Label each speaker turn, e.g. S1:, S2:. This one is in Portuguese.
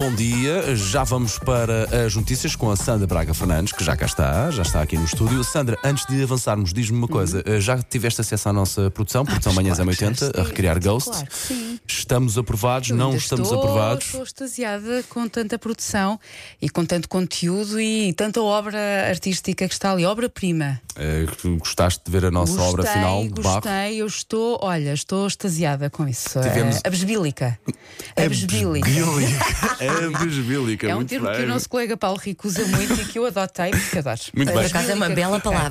S1: Bom dia, já vamos para as notícias com a Sandra Braga Fernandes, que já cá está, já está aqui no estúdio. Sandra, antes de avançarmos, diz-me uma coisa: eh, já tiveste acesso à nossa produção, produção
S2: pois
S1: Manhãs
S2: Uhum. Ah, claro que já
S1: M80, a
S2: estive,
S1: recriar Ghost?
S2: claro que sim.
S1: Estamos aprovados, não
S2: Ainda
S1: estamos
S2: estou,
S1: aprovados.
S2: Estou extasiada com tanta produção e com tanto conteúdo e tanta obra artística que está ali, obra-prima.
S1: Eh, gostaste de ver a nossa obra
S2: Gostei,
S1: final de barro?
S2: Gostei, eu estou, olha, estou extasiada com isso.
S1: Tivemos-
S2: É, absbílica. Absbílica.
S1: É bisbílica,
S2: É um
S1: muito
S2: termo
S1: bem.
S2: que o nosso colega Paulo Rico usa muito e que eu adotei porque adoro.
S1: Muito bem.
S3: Por acaso é uma
S2: Absbílica.
S3: bela palavra.